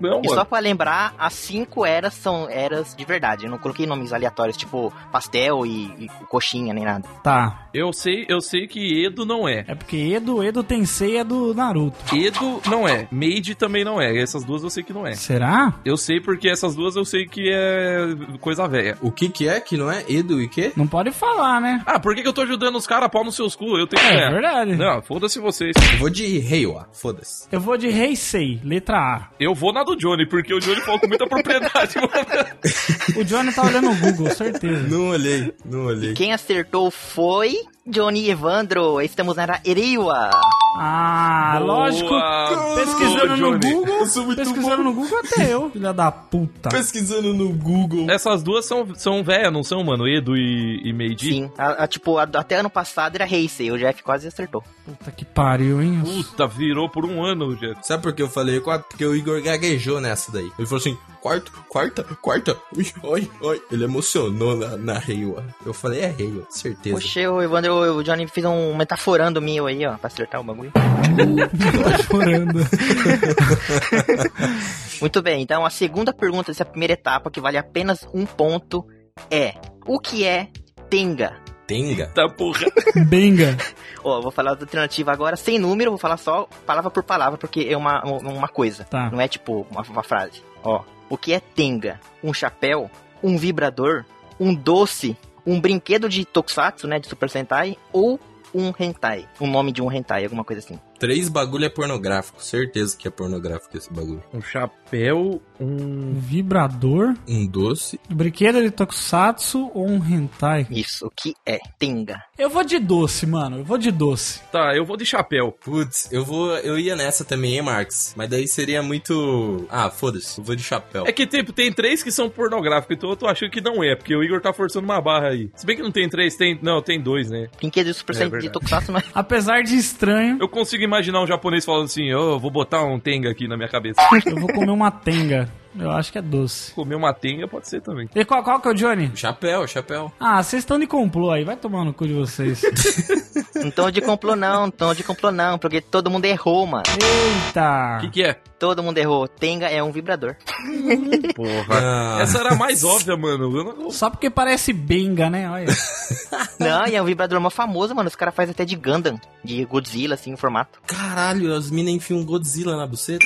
Não,
E só pra lembrar, as cinco eras são eras de verdade. Eu não coloquei nomes aleatórios, tipo pastel e, e coxinha, nem nada.
Tá.
Eu sei, eu sei que Edo não é.
É porque Edo, Edo Tensei é do Naruto.
Edo não é. Made também não é. Essas duas eu sei que não é.
Será?
Eu sei porque essas duas eu sei que é coisa velha.
O que que é que não é? Edu e quê?
Não pode falar, né?
Ah, por que, que eu tô ajudando os caras pau nos seus cu? Eu tenho que
É,
ganhar.
verdade.
Não, foda-se vocês.
Eu vou de Reiwa, foda-se.
Eu vou de Heisei, letra A.
Eu vou na do Johnny, porque o Johnny falou com muita propriedade, [LAUGHS] mano.
O Johnny tá olhando o Google, certeza.
Não olhei, não olhei.
Quem acertou foi Johnny Evandro. Estamos na era Ereiwa.
Ah, lógico.
Boa,
Pesquisando no
boa, Johnny.
Google.
Eu sou muito
Pesquisando no Google até eu, filha da puta.
Pesquisando no Google.
Essas duas são, são velhas, não são, mano? Edo e, e Meiji?
Sim, a- a- tipo, a- até ano passado era Heisei. O Jeff quase acertou.
Puta que pariu, hein?
Puta, virou por um ano, Jeff.
Sabe por que eu falei quatro? Porque o Igor gaguejou nessa daí. Ele falou assim, quarto, quarta, quarta, ui, oi, oi. Ele emocionou na, na Reiwa. Eu falei, é Reiwa, certeza.
Poxa, o Evandro, o Johnny fez um metaforando meu aí, ó, pra acertar o bagulho.
[LAUGHS] tá chorando.
Muito bem, então a segunda pergunta dessa primeira etapa, que vale apenas um ponto, é: O que é Tenga?
Tenga.
Tá porra.
Benga.
Ó, vou falar da alternativa agora, sem número, vou falar só palavra por palavra, porque é uma, uma coisa.
Tá.
Não é tipo uma, uma frase. Ó, o que é tenga? Um chapéu? Um vibrador? Um doce? Um brinquedo de tokusatsu, né, de Super Sentai? Ou um hentai? O nome de um hentai, alguma coisa assim.
Três bagulho é pornográfico. Certeza que é pornográfico esse bagulho.
Um chapéu, um...
Um vibrador,
Um doce.
um brinquedo de tokusatsu ou um hentai?
Isso, o que é tenga?
Eu vou de doce, mano. Eu vou de doce.
Tá, eu vou de chapéu.
Putz, eu vou. Eu ia nessa também, hein, Marx? Mas daí seria muito. Ah, foda-se, eu vou de chapéu.
É que tipo, tem três que são pornográficos, então eu tô achando que não é, porque o Igor tá forçando uma barra aí. Se bem que não tem três, tem. Não, tem dois, né?
Brinquedo de Super
É
Sentai de
verdade.
tokusatsu não é...
Apesar de estranho,
Eu consigo imaginar um japonês falando assim, ô, eu vou botar um tenga aqui na minha cabeça.
eu vou comer uma tenga. Eu acho que é doce.
Comer uma tenga pode ser também.
E qual, qual que é o Johnny?
Chapéu, chapéu.
Ah, vocês estão de complô aí. Vai tomar no cu de vocês.
[LAUGHS] Não tô de complô não, não tô de complô não, porque todo mundo errou, mano.
Eita.
O que, que é?
Todo mundo errou. Tenga é um vibrador.
Porra.
Ah,
Essa era a mais óbvia, mano. Eu não-
Só porque parece benga, né? Olha.
Não, e é um vibrador mó famoso, mano. Os caras fazem até de Gundam, de Godzilla, assim, o formato.
Caralho, as minas enfiam Godzilla na buceta.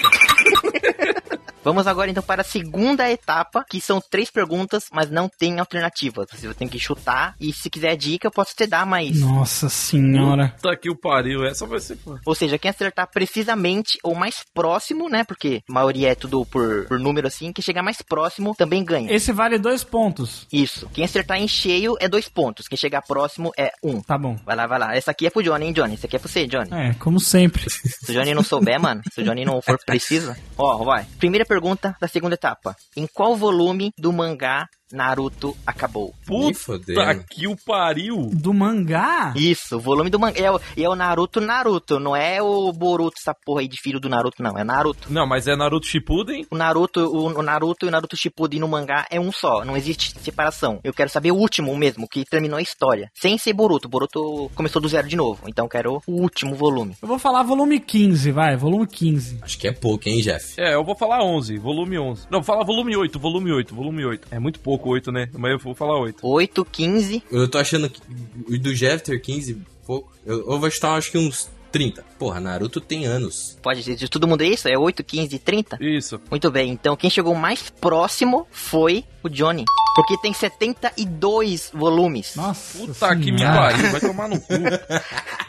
Vamos agora então para a segunda etapa, que são três perguntas, mas não tem alternativas. Você tem que chutar e se quiser dica, eu posso te dar, mas.
Nossa senhora.
Puta que o pariu, essa vai ser.
Ou seja, quem acertar precisamente ou mais próximo, né? Porque a maioria é tudo por, por número assim, quem chegar mais próximo também ganha.
Esse vale dois pontos.
Isso. Quem acertar em cheio é dois pontos. Quem chegar próximo é um.
Tá bom.
Vai lá, vai lá. Essa aqui é pro Johnny, hein, Johnny? Essa aqui é pro você, Johnny.
É, como sempre.
Se o Johnny não souber, mano, se o Johnny não for precisa. Ó, vai. Primeira pergunta da segunda etapa. Em qual volume do mangá Naruto acabou?
Me
Puta
fodendo.
que o pariu.
Do mangá?
Isso, o volume do mangá. É, o- e é o Naruto Naruto, não é o Boruto, essa porra aí de filho do Naruto, não. É Naruto.
Não, mas é Naruto Shippuden?
O Naruto, o, o Naruto e o Naruto Shippuden no mangá é um só, não existe separação. Eu quero saber o último mesmo, que terminou a história. Sem ser Boruto, Boruto começou do zero de novo. Então eu quero o último volume.
Eu vou falar volume 15, vai, volume 15.
Acho que é pouco, hein, Jeff?
É, eu vou falar 11, volume 11. Não, fala volume 8, volume 8, volume 8. É muito pouco 8, né? Mas eu vou falar 8.
8, 15,
Eu tô achando que o do Jeff ter 15 pouco. Eu, eu vou chutar acho que uns 30. Porra, Naruto tem anos.
pode dizer de todo mundo isso? É 8, 15, 30?
Isso.
Muito bem, então quem chegou mais próximo foi o Johnny. Porque tem 72 volumes.
Nossa.
Puta que me
senhora.
pariu, vai tomar no cu. [LAUGHS]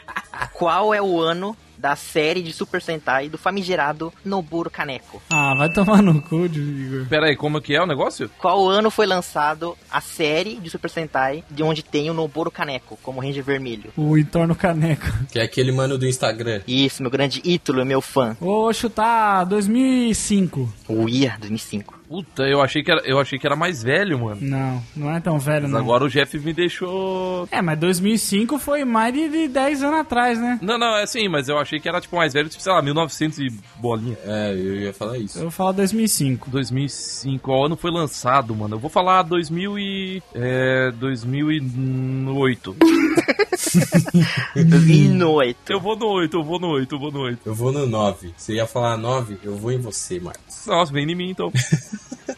Qual é o ano da série de Super Sentai do famigerado Noburo Kaneko?
Ah, vai tomar no cu, Igor.
Pera aí, como é que é o negócio?
Qual ano foi lançado a série de Super Sentai de onde tem o Noburo Kaneko como Ranger Vermelho?
O entorno caneco.
Que é aquele mano do Instagram.
Isso, meu grande ídolo, meu fã.
Vou chutar 2005.
Uia, 2005.
Puta, eu achei que era, eu achei que era mais velho, mano.
Não, não é tão velho,
Mas
não.
agora o Jeff me deixou.
É, mas 2005 foi mais de de 10 anos atrás, né?
Não, não, é assim, mas eu achei que era tipo mais velho, tipo, sei lá, 1900 e bolinha.
É, eu ia falar isso.
Eu vou falar 2005.
2005, qual ano foi lançado, mano? Eu vou falar 2000 e... É... 2008.
2008.
Eu vou no 8, eu vou no 8, eu vou no 8.
Eu vou no 9. Você ia falar 9? Eu vou em você, Marcos.
Nossa, vem em mim, [LAUGHS] então.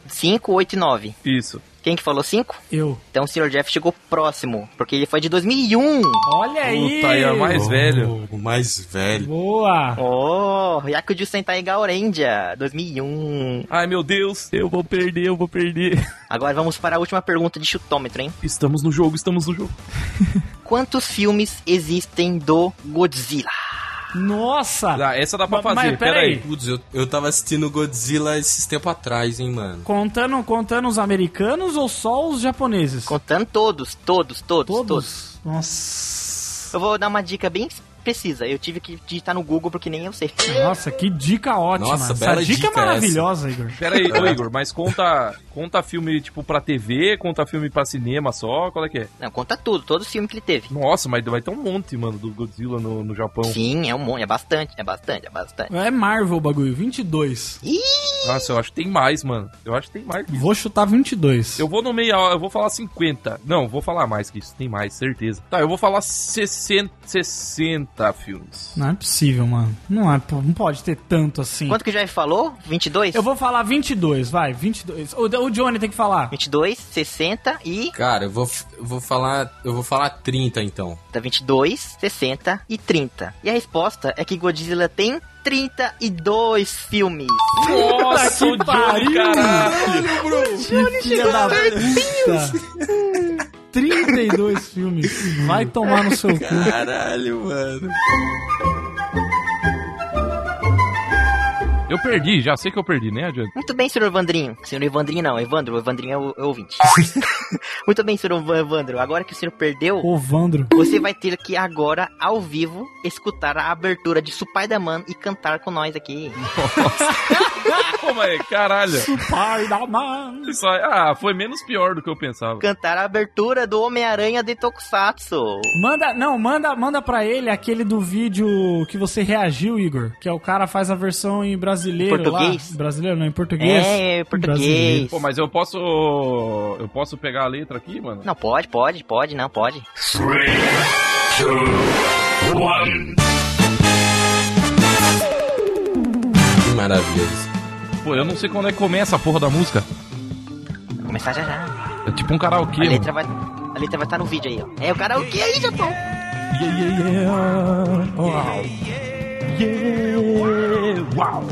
5, 8 e 9.
Isso.
Quem que falou 5?
Eu.
Então o Sr. Jeff chegou próximo, porque ele foi de 2001.
Olha aí!
Puta, aí é mais velho.
O mais velho.
Boa!
Oh, Yakuji Sentai Gaurendia, 2001.
Ai, meu Deus, eu vou perder, eu vou perder.
Agora vamos para a última pergunta de chutômetro, hein?
Estamos no jogo, estamos no jogo.
Quantos filmes existem do Godzilla?
Nossa!
Ah, essa dá pra
Mas-
fazer,
mas pera
peraí.
aí.
Putz, eu, eu tava assistindo Godzilla esses tempo atrás, hein, mano.
Contando, contando os americanos ou só os japoneses?
Contando todos, todos, todos, todos,
Todos? Nossa!
Eu vou dar uma dica bem precisa. Eu tive que digitar no Google porque nem eu sei.
Nossa, que dica ótima!
Nossa,
essa
bela
dica, é
dica
maravilhosa, Igor.
Pera aí, ô Igor, mas conta, conta filme, tipo, pra TV, conta filme pra cinema só, qual é que é?
Não, conta tudo, todos os filmes que ele teve.
Nossa, mas vai ter um monte, mano, do Godzilla no, no Japão.
Sim, é um monte, é bastante, é bastante, é bastante.
É Marvel o bagulho, 22.
Nossa, eu acho que tem mais, mano. Eu acho que tem mais. que isso.
Vou chutar 22.
Eu vou no meia hora, eu vou falar 50. Não, vou falar mais que isso, tem mais, certeza. Tá, eu vou falar 60, 60 filmes.
Não é possível, mano. Não, é, po- não pode ter tanto assim.
Quanto que já falou? 22?
Eu vou falar 22, vai, 22. O, o Johnny tem que falar.
22, 60 e...
Cara, eu vou, f- eu vou falar. Eu vou falar 30 então.
Tá 22, 60 e 30. E a resposta é que Godzilla tem 32 filmes.
Nossa, o
que pariu!
Johnny, caralho!
Filha da puta. 32 filmes. Vai tomar no seu cu.
Caralho, mano.
Eu perdi, já sei que eu perdi, né, adianta.
Muito bem, senhor Evandrinho. Senhor Evandrinho não, Evandro. O Evandrinho é o, é o [LAUGHS] ouvinte. Muito bem, senhor Evandro. Agora que o senhor perdeu,
Ô, Vandro.
você vai ter que agora, ao vivo, escutar a abertura de Supai da Man e cantar com nós aqui.
Pô, mas caralho.
Pai da mãe.
Isso aí- ah, foi menos pior do que eu pensava.
Cantar a abertura do Homem-Aranha de Tokusatsu.
Manda, não, manda, manda pra ele aquele do vídeo que você reagiu, Igor. Que é o cara faz a versão em brasileiro.
Em português?
Lá. Brasileiro, não, em português.
É,
Brasileiro.
português.
Pô, mas eu posso. Eu posso pegar a letra aqui, mano?
Não, pode, pode, pode, não, pode.
Que maravilhoso.
Pô, eu não sei quando é que começa a porra da música.
Vai Começar já já.
É tipo um karaokê,
A
mano.
letra vai. A letra vai estar no vídeo aí, ó. É o cara o que aí, Japão?
Yeah, yeah, yeah. Uau. Yeah, uau.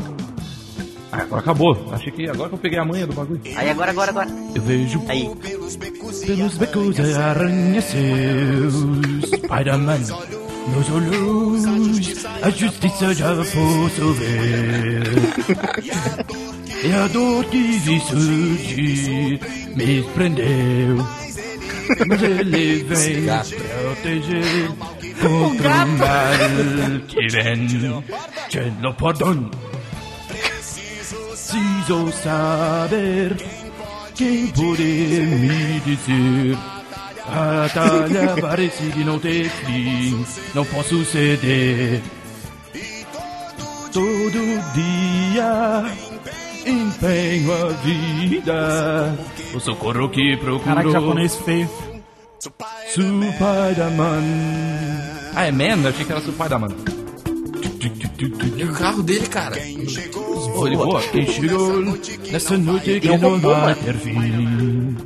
Ah, agora acabou. Achei que agora que eu peguei a manha do bagulho.
Aí agora, agora, agora.
Eu vejo
Aí.
pelos becos e aranha seus Spider-Man Meus olhos A justiça já foi ver E a dor que vi surgir Me prendeu Mas ele vem proteger Contra o mal que vem Que não podem Preciso saber quem poder me dizer? A batalha parece que não tem fim, não posso ceder. Todo dia empenho a vida. O socorro que
Caraca,
procuro.
japonês feio.
Supaidaman. Ah, é man? Eu achei que era Supaidaman.
E o carro dele, cara.
Olha, boa. Quem chegou nessa noite que
Tem um
não
robô,
vai
mano.
ter fim.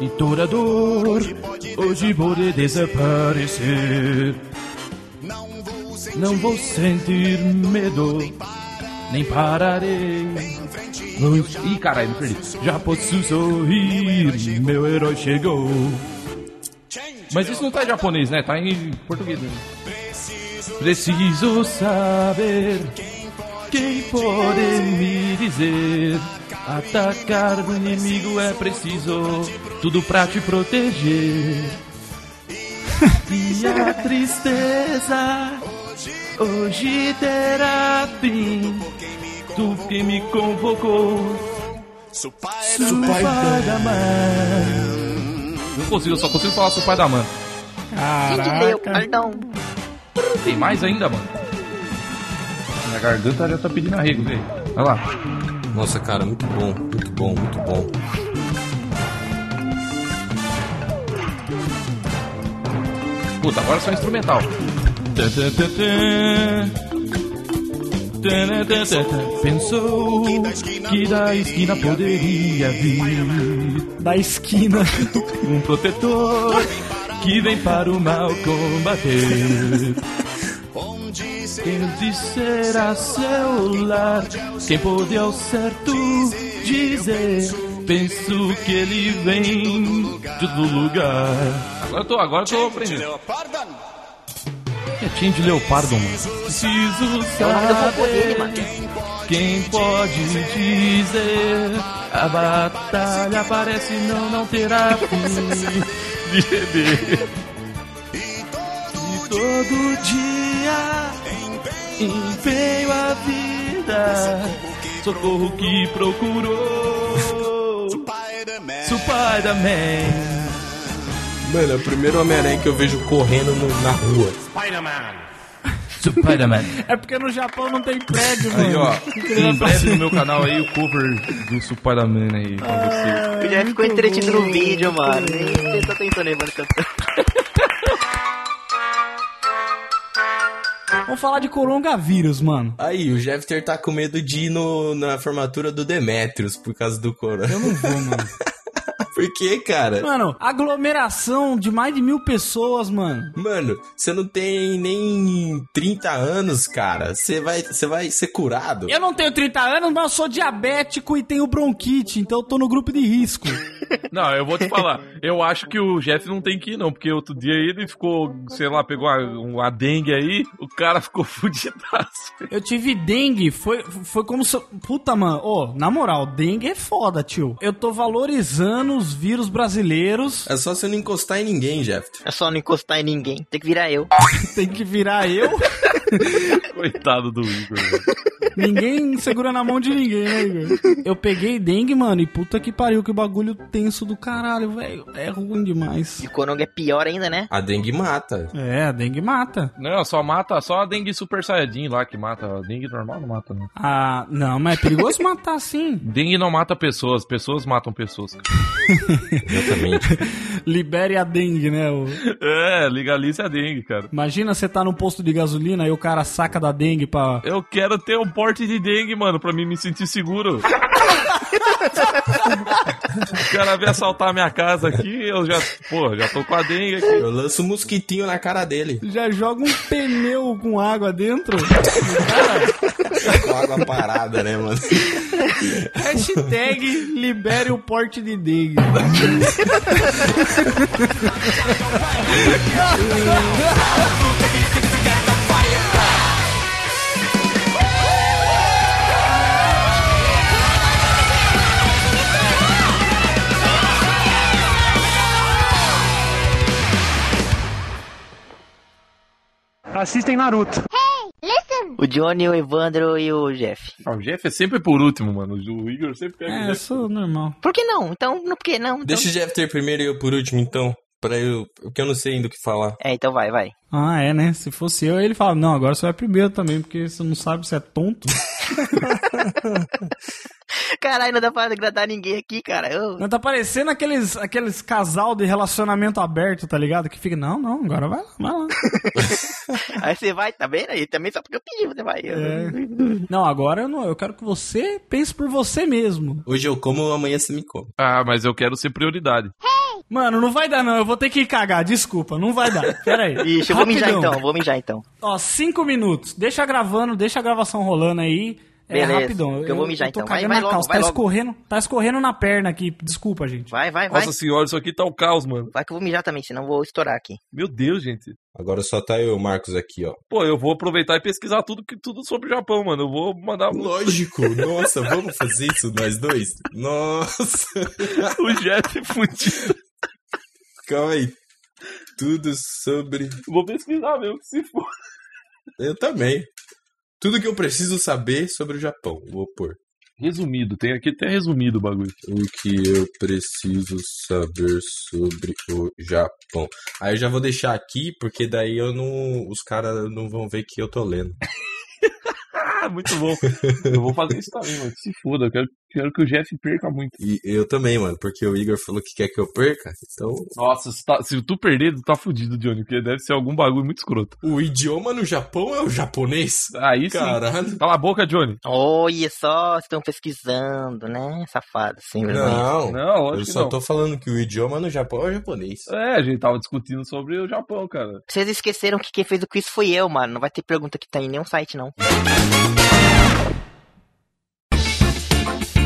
E toda dor hoje pode desaparecer. Não vou sentir medo, nem pararei. Pois- Ih, caralho, me perdi. Já posso sorrir, meu herói chegou. Mas isso não tá em japonês, né? Tá em português mesmo. Preciso saber quem pode me dizer. Atacar o inimigo é preciso, tudo pra te [LAUGHS] proteger. E a tristeza hoje terá fim. Tu que me convocou, Supaidaman. Não consigo, eu só consigo falar Supaidaman.
Gente, deu, perdão.
Tem mais ainda, mano? Minha garganta já tá pedindo arrego, velho. Olha lá.
Nossa, cara, muito bom, muito bom, muito bom.
Puta, agora é só instrumental. Tã, tã, tã, tã. Tã, tã, tã, tã. Pensou que da esquina poderia vir
Da esquina.
um protetor que vem para o mal combater. Quem te será seu lar? Quem pode ao certo dizer? Penso que ele vem de todo lugar. Agora eu tô, agora eu tô aprendendo. Quietinho de leopardo, mano. Preciso
Eu vou poder,
saber
mano.
quem pode dizer. A batalha parece não, não
[LAUGHS]
terá fim. E todo dia empenho a vida, socorro que procurou. Spider-Man.
Mano, é o primeiro Homem-Aranha que eu vejo correndo no- na rua.
Spider-Man.
É porque no Japão não tem prédio, mano.
Aí, ó,
ele
em breve no meu canal aí o cover do Spider-Man aí pra vocês.
O Jeff ficou entretido no vídeo, mano. Ele tá tentando aí, mano, cantar.
Vamos falar de coronavírus, mano.
Aí, o Jeffter tá com medo de ir no- na formatura do Demetrius por causa do corona.
Eu não vou, mano.
[LAUGHS] Por quê, cara?
Mano, aglomeração de mais de mil pessoas, mano.
Mano, você não tem nem 30 anos, cara. Você vai, você vai ser curado.
Eu não tenho 30 anos, mas eu sou diabético e tenho bronquite, então eu tô no grupo de risco.
Não, eu vou te falar. Eu acho que o Jeff não tem que ir, não, porque outro dia ele ficou, sei lá, pegou uma, uma dengue aí, o cara ficou [LAUGHS] fudidaço.
Eu tive dengue, foi, foi como se. eu- Puta, mano, ô, na moral, dengue é foda, tio. Eu tô valorizando os vírus brasileiros. [LAUGHS]
É só você não encostar em ninguém, Jeffter.
É só não encostar em ninguém. Tem que virar eu.
Tem que virar eu.
Coitado do Igor. né? velho.
Ninguém segura na mão de ninguém, né, Igor? Eu peguei dengue, mano, e puta que pariu, que bagulho tenso do caralho, velho. É ruim demais.
E o Coronga é pior ainda, né?
A dengue mata.
É, a dengue mata.
Não, só mata, só a dengue super saiyajin lá que mata. A dengue normal não mata, não.
Ah, não, mas é perigoso matar sim.
Dengue não mata pessoas, pessoas matam pessoas.
[LAUGHS]
Exatamente.
Libere a dengue, né? o-
É, legalize a dengue, cara.
Imagina você tá num posto de gasolina e o cara saca da dengue pra.
Eu quero ter um porte de dengue, mano, pra mim me sentir seguro. O cara vem assaltar minha casa aqui, eu já, pô, já tô com a dengue aqui.
eu lanço um mosquitinho na cara dele.
Já joga um pneu com água dentro.
com água parada, né, mano?
Hashtag libere o porte de dengue.
Assistem Naruto.
O Johnny, o Evandro e o Jeff.
Ah, o Jeff é sempre por último, mano. O Igor sempre pega.
É, eu sou normal.
Por que não? Então, não, por que não? Então-
Deixa o Jeff ter primeiro e eu por último, então. Pra eu. Porque eu não sei ainda o que falar.
É, então vai, vai.
Ah, é, né? Se fosse eu, ele fala, não, agora você vai primeiro também, porque você não sabe se é tonto.
Caralho, não dá pra agradar ninguém aqui, cara. Eu-
Não tá parecendo aqueles, aqueles casal de relacionamento aberto, tá ligado? Que fica, não, não, agora vai lá, vai lá.
Aí você vai, tá vendo? Aí também só porque eu pedi, você vai. Eu-
É. Não, agora eu não, eu quero que você pense por você mesmo.
Hoje eu como, amanhã você me come.
Ah, mas eu quero ser prioridade.
Mano, não vai dar não, eu vou ter que cagar, desculpa, não vai
[LAUGHS]
dar. Pera aí.
Ixi, eu vou mijar
É. Rapidão.
então, vou mijar então.
Ó, cinco minutos. Deixa gravando, deixa a gravação rolando aí. É
Beleza,
rapidão.
eu vou mijar
tô
então. Vai-
cagando
vai
na
logo,
calça.
vai
tá
logo.
escorrendo, tá escorrendo na perna aqui. Desculpa, gente.
Vai,
É,
vai, vai.
Nossa senhora, isso aqui tá o caos, mano.
Vai que eu vou mijar também, senão eu vou estourar aqui.
Meu Deus, gente.
Agora só tá eu e o Marcos aqui, ó.
Pô, eu vou aproveitar e pesquisar tudo, que, tudo sobre o Japão, mano. Eu vou mandar
[LAUGHS]
o
Lógico, nossa, vamos fazer isso nós dois? Nossa, [LAUGHS]
Jeff fudido.
calma aí. Tudo sobre.
Vou pesquisar mesmo, que se for.
Eu também. Tudo que eu preciso saber sobre o Japão. Vou pôr.
Resumido, tem aqui até resumido o bagulho.
O que eu preciso saber sobre o Japão. Aí eu já vou deixar aqui, porque daí eu não. Os caras não vão ver que eu tô lendo.
Ah, muito bom. eu vou fazer isso também, mano. que Se foda, eu quero, quero que o Jeff perca muito.
E eu também, mano, porque o Igor falou que quer que eu perca. Então.
Nossa, se, tá- se tu perder, tu tá fudido, Johnny, porque deve ser algum bagulho muito escroto.
O idioma no Japão é o japonês?
Aí sim.
Caralho.
Cala a boca, Johnny.
Olha só, estão pesquisando, né? Safado, sem vergonha.
Não.
Não,
Eu
lógico que
só
não.
tô falando que o idioma no Japão é o japonês.
É, a gente tava discutindo sobre o Japão, cara.
Vocês esqueceram que quem fez o quiz foi eu, mano. Não vai ter pergunta que tá em nenhum site, não.